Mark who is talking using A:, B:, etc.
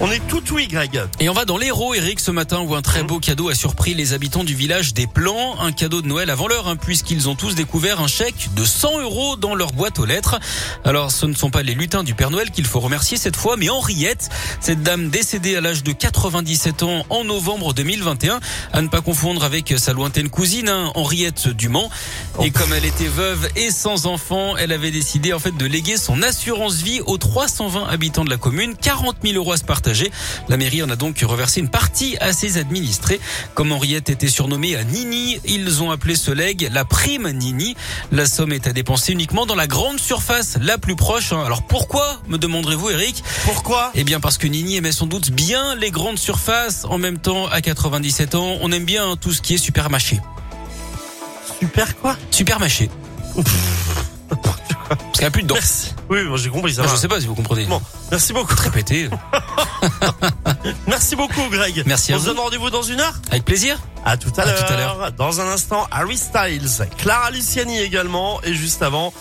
A: On est tout oui, Greg.
B: Et on va dans l'Hérault, Eric, ce matin, où un très beau cadeau a surpris les habitants du village des Plans. Un cadeau de Noël avant l'heure, hein, puisqu'ils ont tous découvert un chèque de 100 euros dans leur boîte aux lettres. Alors, ce ne sont pas les lutins du Père Noël qu'il faut remercier cette fois, mais Henriette, cette dame décédée à l'âge de 97 ans en novembre 2021, à ne pas confondre avec sa lointaine cousine, hein, Henriette Dumont. Et comme elle était veuve et sans enfant, elle avait décidé, en fait, de léguer son assurance vie aux 320 habitants de la commune, 40 000 euros à se partager. La mairie en a donc reversé une partie à ses administrés. Comme Henriette était surnommée à Nini, ils ont appelé ce leg la prime Nini. La somme est à dépenser uniquement dans la grande surface la plus proche. hein. Alors pourquoi, me demanderez-vous Eric
A: Pourquoi
B: Eh bien parce que Nini aimait sans doute bien les grandes surfaces. En même temps, à 97 ans, on aime bien tout ce qui est supermarché.
A: Super quoi
B: Supermarché. Parce qu'il n'y a plus de dents.
A: Merci. Oui, moi j'ai compris ça.
B: Enfin,
A: va.
B: je sais pas si vous comprenez.
A: Bon, merci beaucoup.
B: Répétez.
A: Merci beaucoup, Greg.
B: Merci à
A: On se
B: vous.
A: donne rendez-vous dans une heure
B: Avec plaisir.
A: À tout à
B: À tout à
A: l'heure. Dans un instant, Harry Styles, Clara Luciani également, et juste avant,